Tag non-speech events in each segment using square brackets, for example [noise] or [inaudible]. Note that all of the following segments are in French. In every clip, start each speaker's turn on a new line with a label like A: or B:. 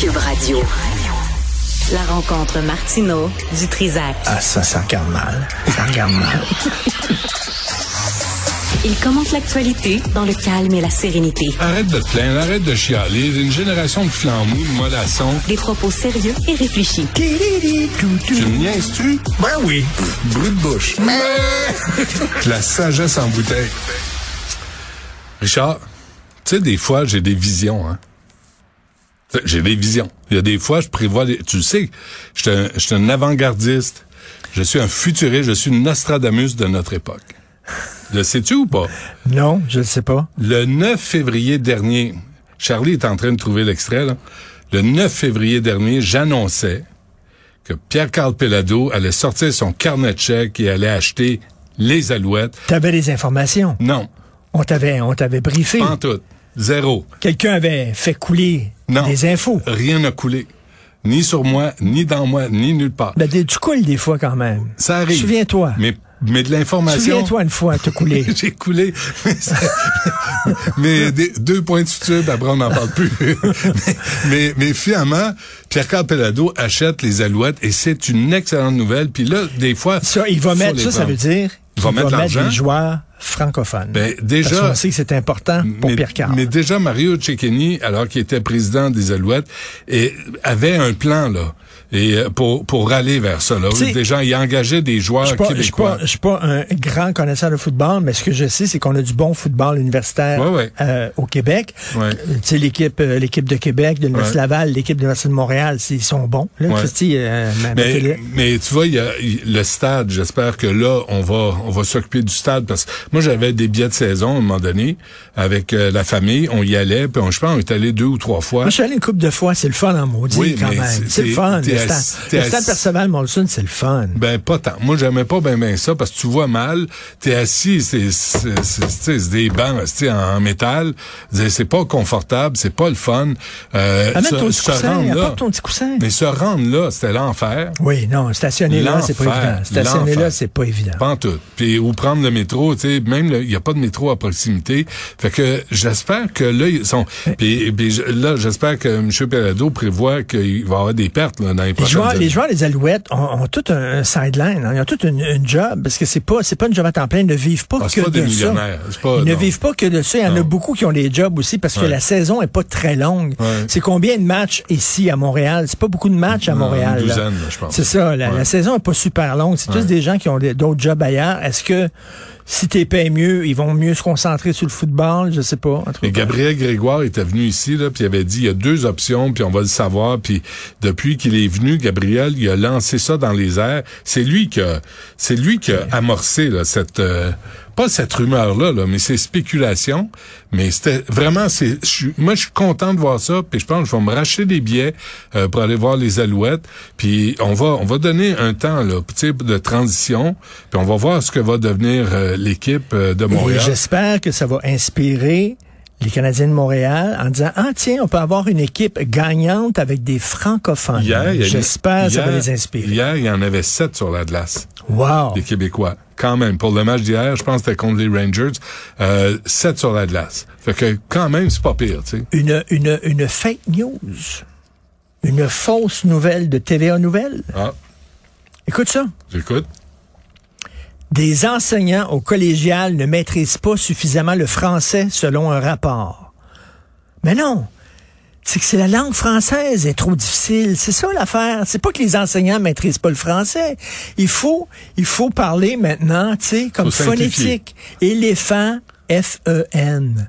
A: Cube Radio. La rencontre Martino du Trizac.
B: Ah, ça, ça regarde mal. Ça regarde mal.
A: Il commente l'actualité dans le calme et la sérénité.
C: Arrête de te plaindre, arrête de chialer. Une génération de flambous, de mollassons.
A: Des propos sérieux et réfléchis.
C: Tu me niaises-tu?
B: Ben oui.
C: Brut de bouche. [laughs] La sagesse en bouteille. Richard, tu sais, des fois, j'ai des visions, hein. J'ai des visions. Il y a des fois, je prévois... des- Tu sais, je suis un- je suis un avant-gardiste. Je suis un futuriste. Je suis une Nostradamus de notre époque. Le sais-tu ou pas?
B: Non, je ne sais pas.
C: Le 9 février dernier, Charlie est en train de trouver l'extrait, là. Le 9 février dernier, j'annonçais que Pierre-Carl Pelado allait sortir son carnet de chèques et allait acheter les alouettes.
B: T'avais des informations.
C: Non,
B: On t'avait, on t'avait briefé.
C: pas en tout. Zéro.
B: Quelqu'un avait fait couler
C: Non.
B: des infos.
C: Rien n'a coulé. Ni sur moi, ni dans moi, ni nulle part.
B: Ben, des- tu coules des fois quand même.
C: Ça arrive.
B: Souviens-toi.
C: Mais, mais de l'information.
B: Souviens-toi une fois, te
C: [laughs]
B: couler.
C: J'ai coulé. Mais, c'est- [laughs] mais des- deux points de suture, puis après, on n'en parle plus. [laughs] mais, mais, mais finalement, Pierre-Carl Pelado achète les alouettes et c'est une excellente nouvelle. Puis là, des fois...
B: ça, il va
C: faut
B: mettre,
C: les
B: ça, ça
C: vendre.
B: veut dire
C: Il
B: qu'il
C: va mettre l'argent.
B: des joueurs francophones.
C: Ben, déjà-
B: Parce qu'on sait que c'est important pour
C: mais,
B: Pierre Carl.
C: mais déjà, Mario Cecchini, alors qu'il était président des Alouettes, et, avait un plan, là, et, euh, pour, pour aller vers ça. Là.
B: sais-
C: Déjà, il engageait des joueurs
B: Je suis pas- je suis
C: québécois.
B: pas, je suis pas un grand connaisseur de football, mais ce que je sais, c'est qu'on a du bon football universitaire
C: Ouais, ouais.
B: euh, au Québec.
C: Ouais.
B: Euh, Tu sais, l'équipe, euh, l'équipe de Québec, de l'Université
C: Ouais.
B: Laval, l'équipe de l'Université de Montréal, c'est- ils sont bons. Là,
C: Ouais.
B: Christy, euh, ma- mettez-le.
C: Mais, mais tu vois, il y a il- le stade. J'espère que là, on va, on va s'occuper du stade parce que moi, j'avais des billets de saison à un moment donné avec euh, la famille. On y allait, puis on, je pense, on est allé deux ou trois fois.
B: Moi, je suis allé une couple de fois, c'est le fun en maudit
C: Oui,
B: quand
C: mais
B: même.
C: c'est-
B: C'est le
C: c'est-
B: fun.
C: t'es
B: Le
C: assis-
B: stade,
C: t'es
B: le stade
C: assis-
B: Perceval Molson, c'est le fun.
C: Ben pas tant. Moi, j'aimais pas ben ben ça parce que tu vois mal. T'es assis, c'est c'est- c'est- c'est- c'est des bancs, c'est en, en métal. C'est c'est pas confortable, c'est pas le fun. Euh,
B: Amène
C: se-
B: ton petit
C: se
B: coussin,
C: rendre là-
B: apporte ton petit coussin.
C: Mais se rendre là, c'était l'enfer.
B: Oui, non, stationner là, c'est pas
C: L'enfer,
B: évident. Stationner là,
C: l'enfer.
B: c'est pas évident.
C: Pas en tout. Puis ou prendre le métro, tu sais, même il n'y a pas de métro à proximité. Fait que j'espère que là ils sont. Puis, puis je- là j'espère que M. Perrado prévoit qu'il va y avoir des pertes là, dans les
B: Les
C: prochaines
B: joueurs, les
C: années.
B: joueurs des Alouettes ont, ont tout un, un sideline, hein. ils ont tout une, une job parce que c'est pas c'est pas une job à temps plein, ils ne vivent pas
C: Ah, c'est
B: que
C: pas des
B: de ça.
C: millionnaires, c'est pas-
B: ils ne
C: non.
B: vivent pas que de ça, il y en a
C: Non.
B: beaucoup qui ont des jobs aussi parce que
C: Ouais.
B: la saison est pas très longue.
C: Ouais.
B: C'est combien de matchs ici à Montréal C'est pas beaucoup de matchs à
C: Non,
B: Montréal.
C: une
B: là.
C: douzaine, là, je pense.
B: C'est ça, la,
C: Ouais.
B: la saison est pas super longue, c'est tous des gens qui ont des- d'autres jobs ailleurs. Est-ce que si t'es payé mieux, ils vont mieux se concentrer sur le football, je sais pas. en tout
C: Et
B: cas.
C: Gabriel Grégoire était venu ici, là, puis il avait dit, il y a deux options, puis on va le savoir. Puis depuis qu'il est venu, Gabriel, il a lancé ça dans les airs. C'est lui qui a, c'est lui qui a amorcé là, cette, euh, pas cette rumeur-là, là, mais ces spéculations. Mais c'était vraiment, c'est, je suis- moi, je suis content de voir ça, puis je pense que je vais me racheter des billets euh, pour aller voir les Alouettes. Puis on va, on va donner un temps là, tu sais, de transition, puis on va voir ce que va devenir euh, l'équipe euh, de
B: Et
C: Montréal.
B: J'espère que ça va inspirer les Canadiens de Montréal en disant Ah tiens, on peut avoir une équipe gagnante avec des francophones.
C: Hier, il y a-
B: J'espère que ça va
C: hier-
B: les inspirer. Oh.
C: Hier, il y en avait sept sur la glace,
B: Wow!
C: les Québécois. Quand même, pour le match d'hier, je pense que c'était contre les Rangers, euh, sept sur la glace. Fait que quand même, c'est pas pire, tu sais.
B: Une, une, une fake news. Une fausse nouvelle de TVA Nouvelle.
C: Ah,
B: Écoute ça.
C: j'écoute.
B: Des enseignants au collégial ne maîtrisent pas suffisamment le français selon un rapport. Mais non, c'est que c'est la langue française est trop difficile. C'est ça l'affaire. C'est pas que les enseignants maîtrisent pas le français. Il faut, il faut parler maintenant, tu sais, comme
C: Faut simplifier.
B: phonétique. Éléphant, F-E-N. E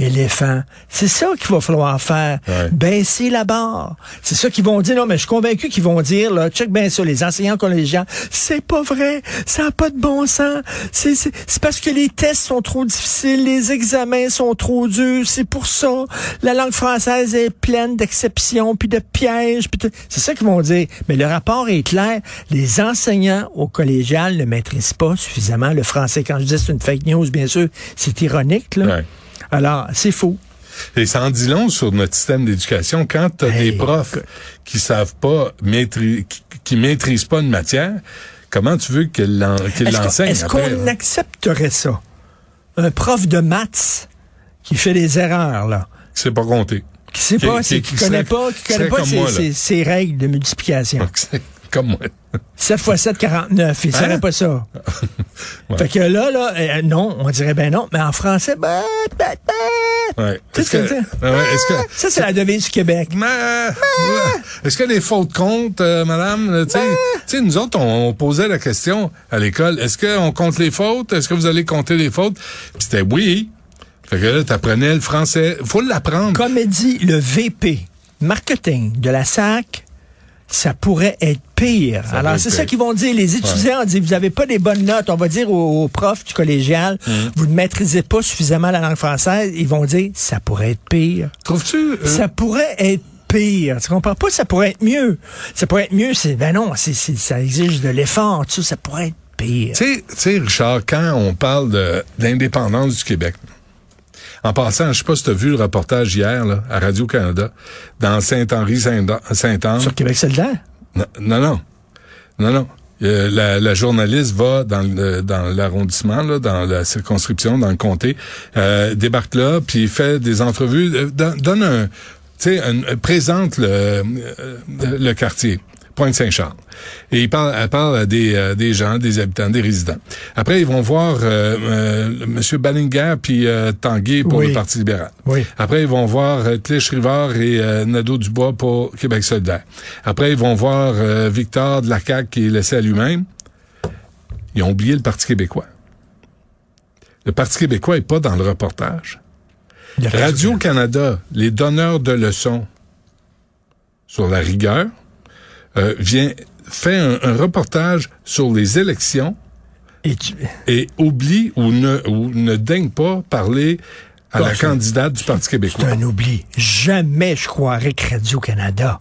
B: éléphant. C'est ça qu'il va falloir faire.
C: Ouais.
B: Baisser la barre. C'est ça qu'ils vont dire. Non, mais je suis convaincu qu'ils vont dire, là, check bien ça, les enseignants collégiens, c'est pas vrai, ça n'a pas de bon sens. C'est c'est- c'est parce que les tests sont trop difficiles, les examens sont trop durs, c'est pour ça. La langue française est pleine d'exceptions, puis de pièges. puis de- C'est ça qu'ils vont dire. Mais le rapport est clair. Les enseignants au collégial ne maîtrisent pas suffisamment le français. Quand je dis c'est une fake news, bien sûr, c'est ironique. Là.
C: Ouais.
B: Alors, c'est faux.
C: Et ça en dit long sur notre système d'éducation. Quand t'as
B: Hey,
C: des profs qui savent pas maîtris- qui, qui maîtrisent pas une matière, comment tu veux qu'ils l'en- qu'ils
B: Est-ce qu'on-
C: l'enseignent
B: Est-ce qu'on
C: après, hein. là?
B: accepterait ça? Un prof de maths qui fait des erreurs, là.
C: C'est pas compté. [laughs]
B: Qui sait
C: Qui-
B: pas,
C: qui-
B: c'est- qui,
C: qui
B: connaît
C: serait-
B: pas, qui
C: serait
B: connaît pas
C: comme
B: ses,
C: moi, là.
B: ses- ses règles de multiplication.
C: Donc, c'est Comme moi.
B: 7 x 7, 49. Il
C: Hein?
B: saurait pas ça.
C: [laughs] Ouais.
B: Fait que là, là, euh, non, on dirait ben non, mais en français, ben, ben, ben.
C: Ouais.
B: Tu sais ce
C: Est-ce
B: que je veux dire?
C: Ouais, ouais, est-ce que-
B: Ça, c'est la devise du Québec.
C: Mais, ouais. Est-ce que les fautes comptent, euh, madame? là, Tu sais,
B: Ben.
C: tu sais, nous autres, on, on posait la question à l'école. Est-ce qu'on compte les fautes? Est-ce que vous allez compter les fautes? Puis c'était oui. Fait que là, t'apprenais le français. Faut l'apprendre.
B: Comme dit le VP marketing de la SAC, ça pourrait être pire.
C: Ça
B: Alors,
C: peut
B: c'est
C: être
B: ça
C: pire.
B: qu'ils vont dire. Les étudiants disent, vous avez pas des bonnes notes. On va dire aux, aux profs du collégial,
C: Hum.
B: vous ne maîtrisez pas suffisamment la langue française. Ils vont dire, ça pourrait être pire.
C: Trouves-tu? euh,
B: Ça pourrait être pire. Tu comprends pas? Ça pourrait être mieux. Ça pourrait être mieux, c'est, ben non, c'est, c'est- ça exige de l'effort. tout ça, ça pourrait être pire.
C: Tu sais- tu sais, Richard, quand on parle de l'indépendance du Québec, en passant, je sais pas si tu as vu le reportage hier là, à Radio-Canada, dans Saint-Henri-Saint-Anne.
B: Sur Québec solidaire?
C: Non, non, non. Non, non. Euh, la, la journaliste va dans le- dans l'arrondissement, là, dans la circonscription, dans le comté, euh, débarque là, puis fait des entrevues, euh, don- donne un, tu sais, un- euh, présente le, euh, le quartier. Pointe-Saint-Charles. Et il parle, elle parle à des, euh, des gens, des habitants, des résidents. Après, ils vont voir euh, euh, M. Ballinger puis euh, Tanguay pour
B: Oui.
C: le Parti libéral.
B: Oui.
C: Après, ils vont voir euh, Clich Rivard et euh, Nadeau-Dubois pour Québec solidaire. Après, ils vont voir euh, Victor de la CAQ qui est laissé à lui-même. Ils ont oublié le Parti québécois. Le Parti québécois est pas dans le reportage.
B: De
C: Radio-Canada, les donneurs de leçons sur la rigueur, euh, vient, fait un, un reportage sur les élections
B: Et tu-
C: et oublie ou ne, ou ne daigne pas parler à
B: Non,
C: la
B: c'est-
C: candidate du Parti
B: c'est
C: québécois.
B: un oubli. Jamais je croirais que Radio-Canada.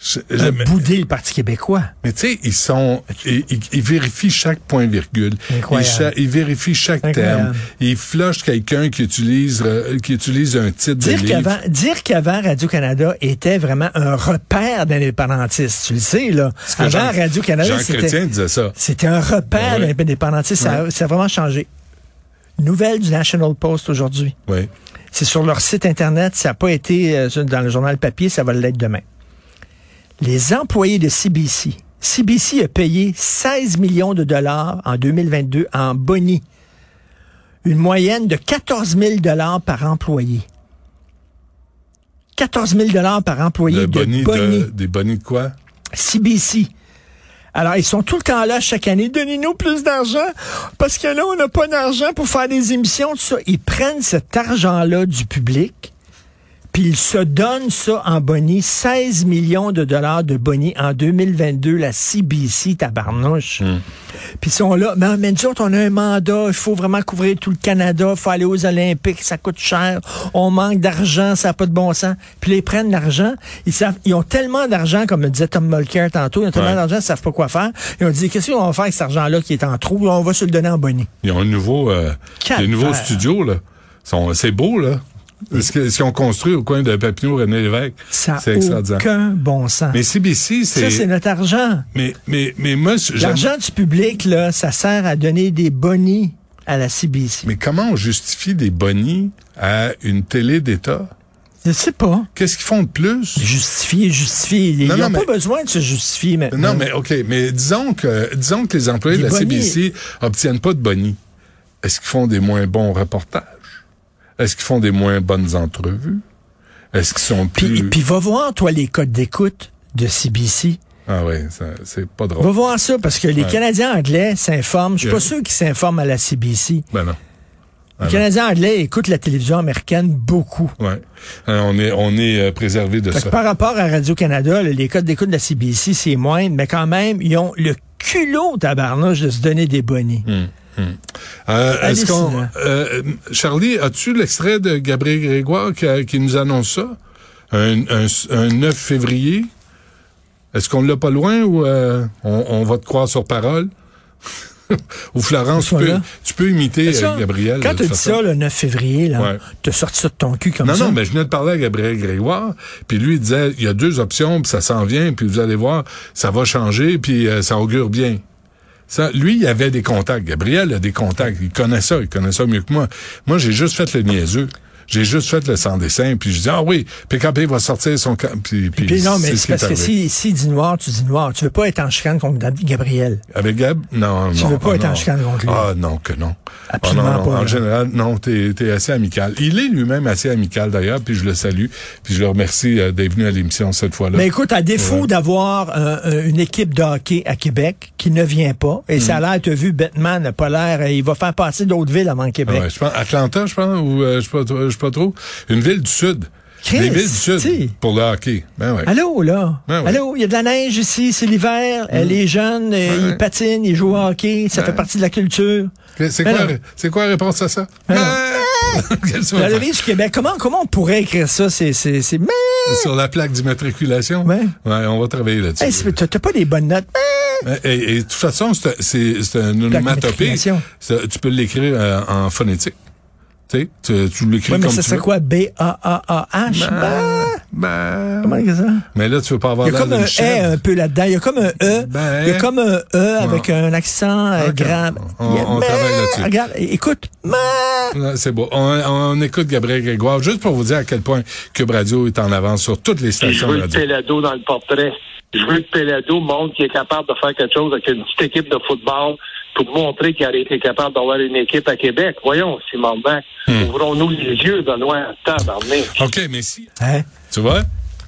C: Je-
B: a
C: je- mais-
B: boudé le Parti québécois.
C: Mais tu sais, ils sont, ils, ils- ils vérifient chaque point virgule. Ils,
B: Incroyable.
C: cha- ils vérifient chaque
B: Incroyable.
C: terme. Ils flushent quelqu'un qui utilise, euh, qui utilise un titre
B: Dire
C: de livre.
B: qu'avant, dire qu'avant Radio-Canada était vraiment un repère d'indépendantistes, tu le sais, là.
C: que
B: Avant
C: Jean-
B: Radio-Canada,
C: Jean Chrétien Ben
B: c'était,
C: disait ça.
B: c'était un repère
C: Ouais.
B: d'indépendantistes. Ça, a- ça a vraiment changé. Nouvelle du National Post aujourd'hui.
C: Oui.
B: C'est sur leur site Internet. Ça n'a pas été euh, sur- dans le journal papier. Ça va l'être demain. Les employés de CBC. CBC a payé 16 millions de dollars en 2022 en boni. Une moyenne de 14 000 dollars par employé. 14 000 dollars par employé
C: Le
B: de
C: boni,
B: boni.
C: de- des bonis de quoi?
B: CBC. Alors, ils sont tout le temps là chaque année. Donnez-nous plus d'argent parce que là, on n'a pas d'argent pour faire des émissions, tout ça. Ils prennent cet argent-là du public, puis ils se donnent ça en boni. 16 millions de dollars de boni en 2022, la CBC tabarnouche.
C: Hmm.
B: Puis ils sont là, mais, mais nous autres, on a un mandat, il faut vraiment couvrir tout le Canada, il faut aller aux Olympiques, ça coûte cher, on manque d'argent, ça n'a pas de bon sens. Puis là, ils prennent l'argent, ils savent, ils ont tellement d'argent, comme le disait Tom Mulcair tantôt, ils ont tellement
C: Ouais.
B: d'argent, ils savent pas quoi faire. Ils ont dit, qu'est-ce qu'on va faire avec cet argent-là qui est en trou, on va se le donner en bonnie.
C: Ils ont un nouveau, euh,
B: Quatre
C: des nouveaux
B: frères.
C: studios, là. Ils sont- C'est beau, là. Ce que- ce qu'ils ont construit au coin de Papineau, René Lévesque.
B: Ça
C: C'est
B: n'a
C: extraordinaire.
B: aucun bon sens.
C: Mais CBC,
B: ça, c'est
C: c'est,
B: notre argent.
C: mais, mais, mais moi, j'aime-
B: L'argent du public, là, ça sert à donner des bonis à la CBC.
C: mais comment on justifie des bonis à une télé d'État?
B: Je sais pas.
C: Qu'est-ce qu'ils font de plus?
B: Justifier, justifier. Ils
C: Non, non,
B: n'ont pas
C: mais-
B: besoin de se justifier maintenant.
C: Non, mais OK, mais disons que disons que les employés
B: Des
C: de la
B: bonis.
C: CBC obtiennent pas de bonnie. Est-ce qu'ils font des moins bons reportages? Est-ce qu'ils font des moins bonnes entrevues? Est-ce qu'ils sont
B: Puis,
C: plus...
B: puis va voir, toi, les codes d'écoute de CBC.
C: Ah oui, c'est pas drôle.
B: Va voir ça, parce que les Canadiens anglais s'informent. Je suis pas
C: Yeah.
B: sûr qu'ils s'informent à la CBC.
C: Ben non.
B: Les Canadiens anglais écoutent la télévision américaine beaucoup.
C: Ouais. Euh, on est, on est euh, préservé de
B: Fait que
C: ça.
B: par rapport à Radio-Canada, là, les codes d'écoute de la CBC, c'est moindre, mais quand même, ils ont le culot, tabarnouche, de se donner des bonnets.
C: Euh, Est-ce qu'on,
B: Hallucinant.
C: euh, Charlie, as-tu l'extrait de Gabriel Grégoire qui, a- qui nous annonce ça? Un, un- un 9 février? Est-ce qu'on l'a pas loin ou euh, on, on va te croire sur parole? [laughs] ou Florence, tu
B: Soit
C: peux,
B: là.
C: tu peux imiter
B: Ça,
C: euh, Gabriel.
B: quand
C: de
B: tu
C: toute
B: dis
C: façon.
B: ça, le 9 février, là,
C: Ouais.
B: t'as sorti ça de ton cul comme
C: Non,
B: ça.
C: non, mais je venais de parler à Gabriel Grégoire, puis lui il disait, il y a deux options, puis ça s'en vient, puis vous allez voir, ça va changer, puis euh, ça augure bien. Ça, lui, il avait des contacts. Gabriel a des contacts. Il connaît ça. Il connaît ça mieux que moi. Moi, j'ai juste fait le niaiseux. J'ai juste fait le sans dessin. Puis je dis, ah oui, PKP va sortir son... camp. Puis, puis
B: Puis non, mais c'est
C: c'est ce qui est
B: parce que
C: arrivé.
B: si, si il dit noir, tu dis noir. Tu veux pas être en chicane contre Gab- Gabriel.
C: Avec Gab? Non,
B: Tu
C: non.
B: veux pas
C: ah
B: être en
C: non.
B: chicane contre lui.
C: Ah non, que non.
B: Absolument
C: Ah non, non,
B: pas,
C: En
B: là.
C: général, non, t'es es assez amical. Il est lui-même assez amical d'ailleurs, puis je le salue, puis je le remercie euh, d'être venu à l'émission cette fois-là.
B: Mais écoute, à défaut
C: Ouais.
B: d'avoir euh, une équipe de hockey à Québec qui ne vient pas, et
C: Mm.
B: ça a l'air, t'as vu, Batman n'a pas l'air, euh, il va faire passer d'autres villes avant Québec.
C: Ah Ouais, je pense, Atlanta, je pense, ou euh, je sais pas, trop- je sais pas trop. Une ville du Sud.
B: Chris,
C: Des villes du Sud
B: t'sais.
C: pour le hockey. Ben ouais.
B: Allô, là?
C: Ouais, Mm. ouais.
B: Allô, il y a de la neige ici, c'est l'hiver, euh, les jeunes, euh, ils patinent, ils jouent au hockey, ça fait partie de la culture.
C: C'est
B: Ben
C: quoi,
B: non. Ben
C: c'est quoi la réponse à ça?
B: non.
C: Ah! [laughs] Qu'est-ce que tu
B: La
C: vas faire?
B: devise du Québec, comment, comment on pourrait écrire ça? C'est, c'est, c'est, mais,
C: Sur la plaque d'immatriculation?
B: Ouais.
C: on va travailler là-dessus.
B: hey, c'est- t'as t'as pas des bonnes notes. Mais-
C: Et, Ben, et- et de toute façon, c'est- c'est c'est un onomatopée.
B: d'immatriculation.
C: C'est- Tu peux l'écrire euh, en phonétique. Tu sais, tu, tu l'écris
B: Ouais, mais
C: comme
B: ça
C: tu
B: serait
C: veux.
B: quoi? B-A-A-A-H? Ben,
C: Ben,
B: comment que ça?
C: Mais là, tu veux pas avoir
B: Il y a
C: l'air
B: comme un
C: d'une
B: E
C: chèvre.
B: un peu là-dedans. Il y a comme un E.
C: Ben.
B: il y a comme un E avec un accent euh,
C: Ok.
B: grand.
C: On-
B: Il y a-
C: on
B: Mais,
C: travaille là-dessus.
B: Regarde, é- écoute. Mais,
C: Non, C'est beau. On, on écoute Gabriel Grégoire juste pour vous dire à quel point Cube Radio est en avance sur toutes les
D: Puis je
C: stations
D: veux
C: de
D: le
C: radio.
D: Pelado dans le portrait. Je veux que Pelado montre qu'il est capable de faire quelque chose avec une petite équipe de football pour montrer qu'il aurait été capable d'avoir une équipe à Québec. Voyons, Simon Bank. Ouvrons-nous les yeux, Benoît. Tabarnak.
C: OK, mais si.
B: Hein?
C: Tu vois?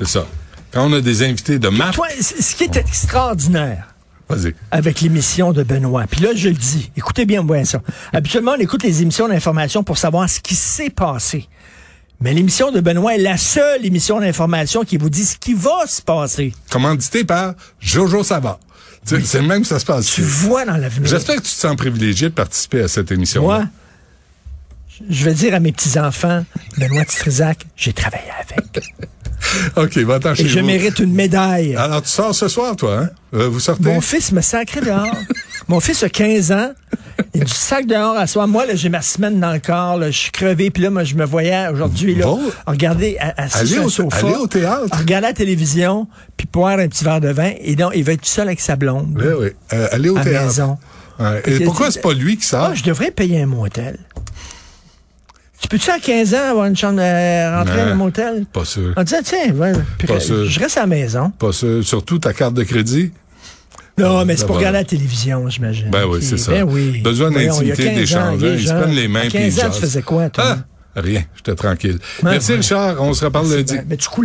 C: C'est ça. Quand on a des invités de marque,
B: Toi, c- ce qui est extraordinaire
C: vas-y.
B: avec l'émission de Benoît, puis là, je le dis, écoutez bien, bien ça. Habituellement, on écoute les émissions d'information pour savoir ce qui s'est passé. Mais l'émission de Benoît est la seule émission d'information qui vous dit ce qui va se passer.
C: Commandité par Jojo Savard. Tu sais, C'est le même que ça se passe.
B: Tu vois dans l'avenir.
C: J'espère que tu te sens privilégié de participer à cette émission.
B: Moi, je vais dire à mes petits-enfants, Benoît Titrisac, j'ai travaillé
C: [laughs]
B: avec.
C: OK, va-t'en chez
B: Et je
C: vous.
B: mérite une médaille.
C: Alors, tu sors ce soir, toi, hein? Euh, vous sortez?
B: Mon fils me sacré dehors. Mon fils a 15 ans. Il du sac dehors à soi. Moi, là, j'ai ma semaine dans le corps. là, je suis crevé. Puis là, moi, je me voyais aujourd'hui, là,
C: Bon.
B: regarder, à- assis
C: Allez
B: sur
C: au-
B: un sofa,
C: allez au théâtre.
B: regarder la télévision, puis boire un petit verre de vin. Et donc, il va être tout seul avec sa blonde.
C: Oui, oui. Euh, allez au
B: À
C: théâtre.
B: maison.
C: Ouais.
B: Parce
C: Et
B: que-
C: pourquoi c'est pas lui qui
B: Ah,
C: sort?
B: je devrais payer un motel. Tu peux-tu à 15 ans avoir une chambre, euh, rentrer
C: Non.
B: à un motel?
C: Pas sûr.
B: En disant, tiens, ouais, puis
C: Pas
B: re-
C: sûr.
B: je reste à la maison.
C: Pas sûr. Surtout ta carte de crédit?
B: Non, mais c'est
C: ben
B: pour
C: voilà.
B: regarder la télévision, j'imagine.
C: Ben oui,
B: Puis,
C: c'est ça.
B: Ben oui.
C: Besoin
B: Voyons, il y
C: d'intimité,
B: a 15 ans,
C: d'échange.
B: il est
C: Ils se
B: jeune.
C: prennent les mains
B: À
C: puis
B: 15
C: ils
B: ans, tu
C: jasent.
B: faisais quoi, toi?
C: Ah, rien. J'étais tranquille.
B: Ouais,
C: Merci,
B: ouais.
C: Richard. On se reparle lundi.
B: Ben, mais tu coulais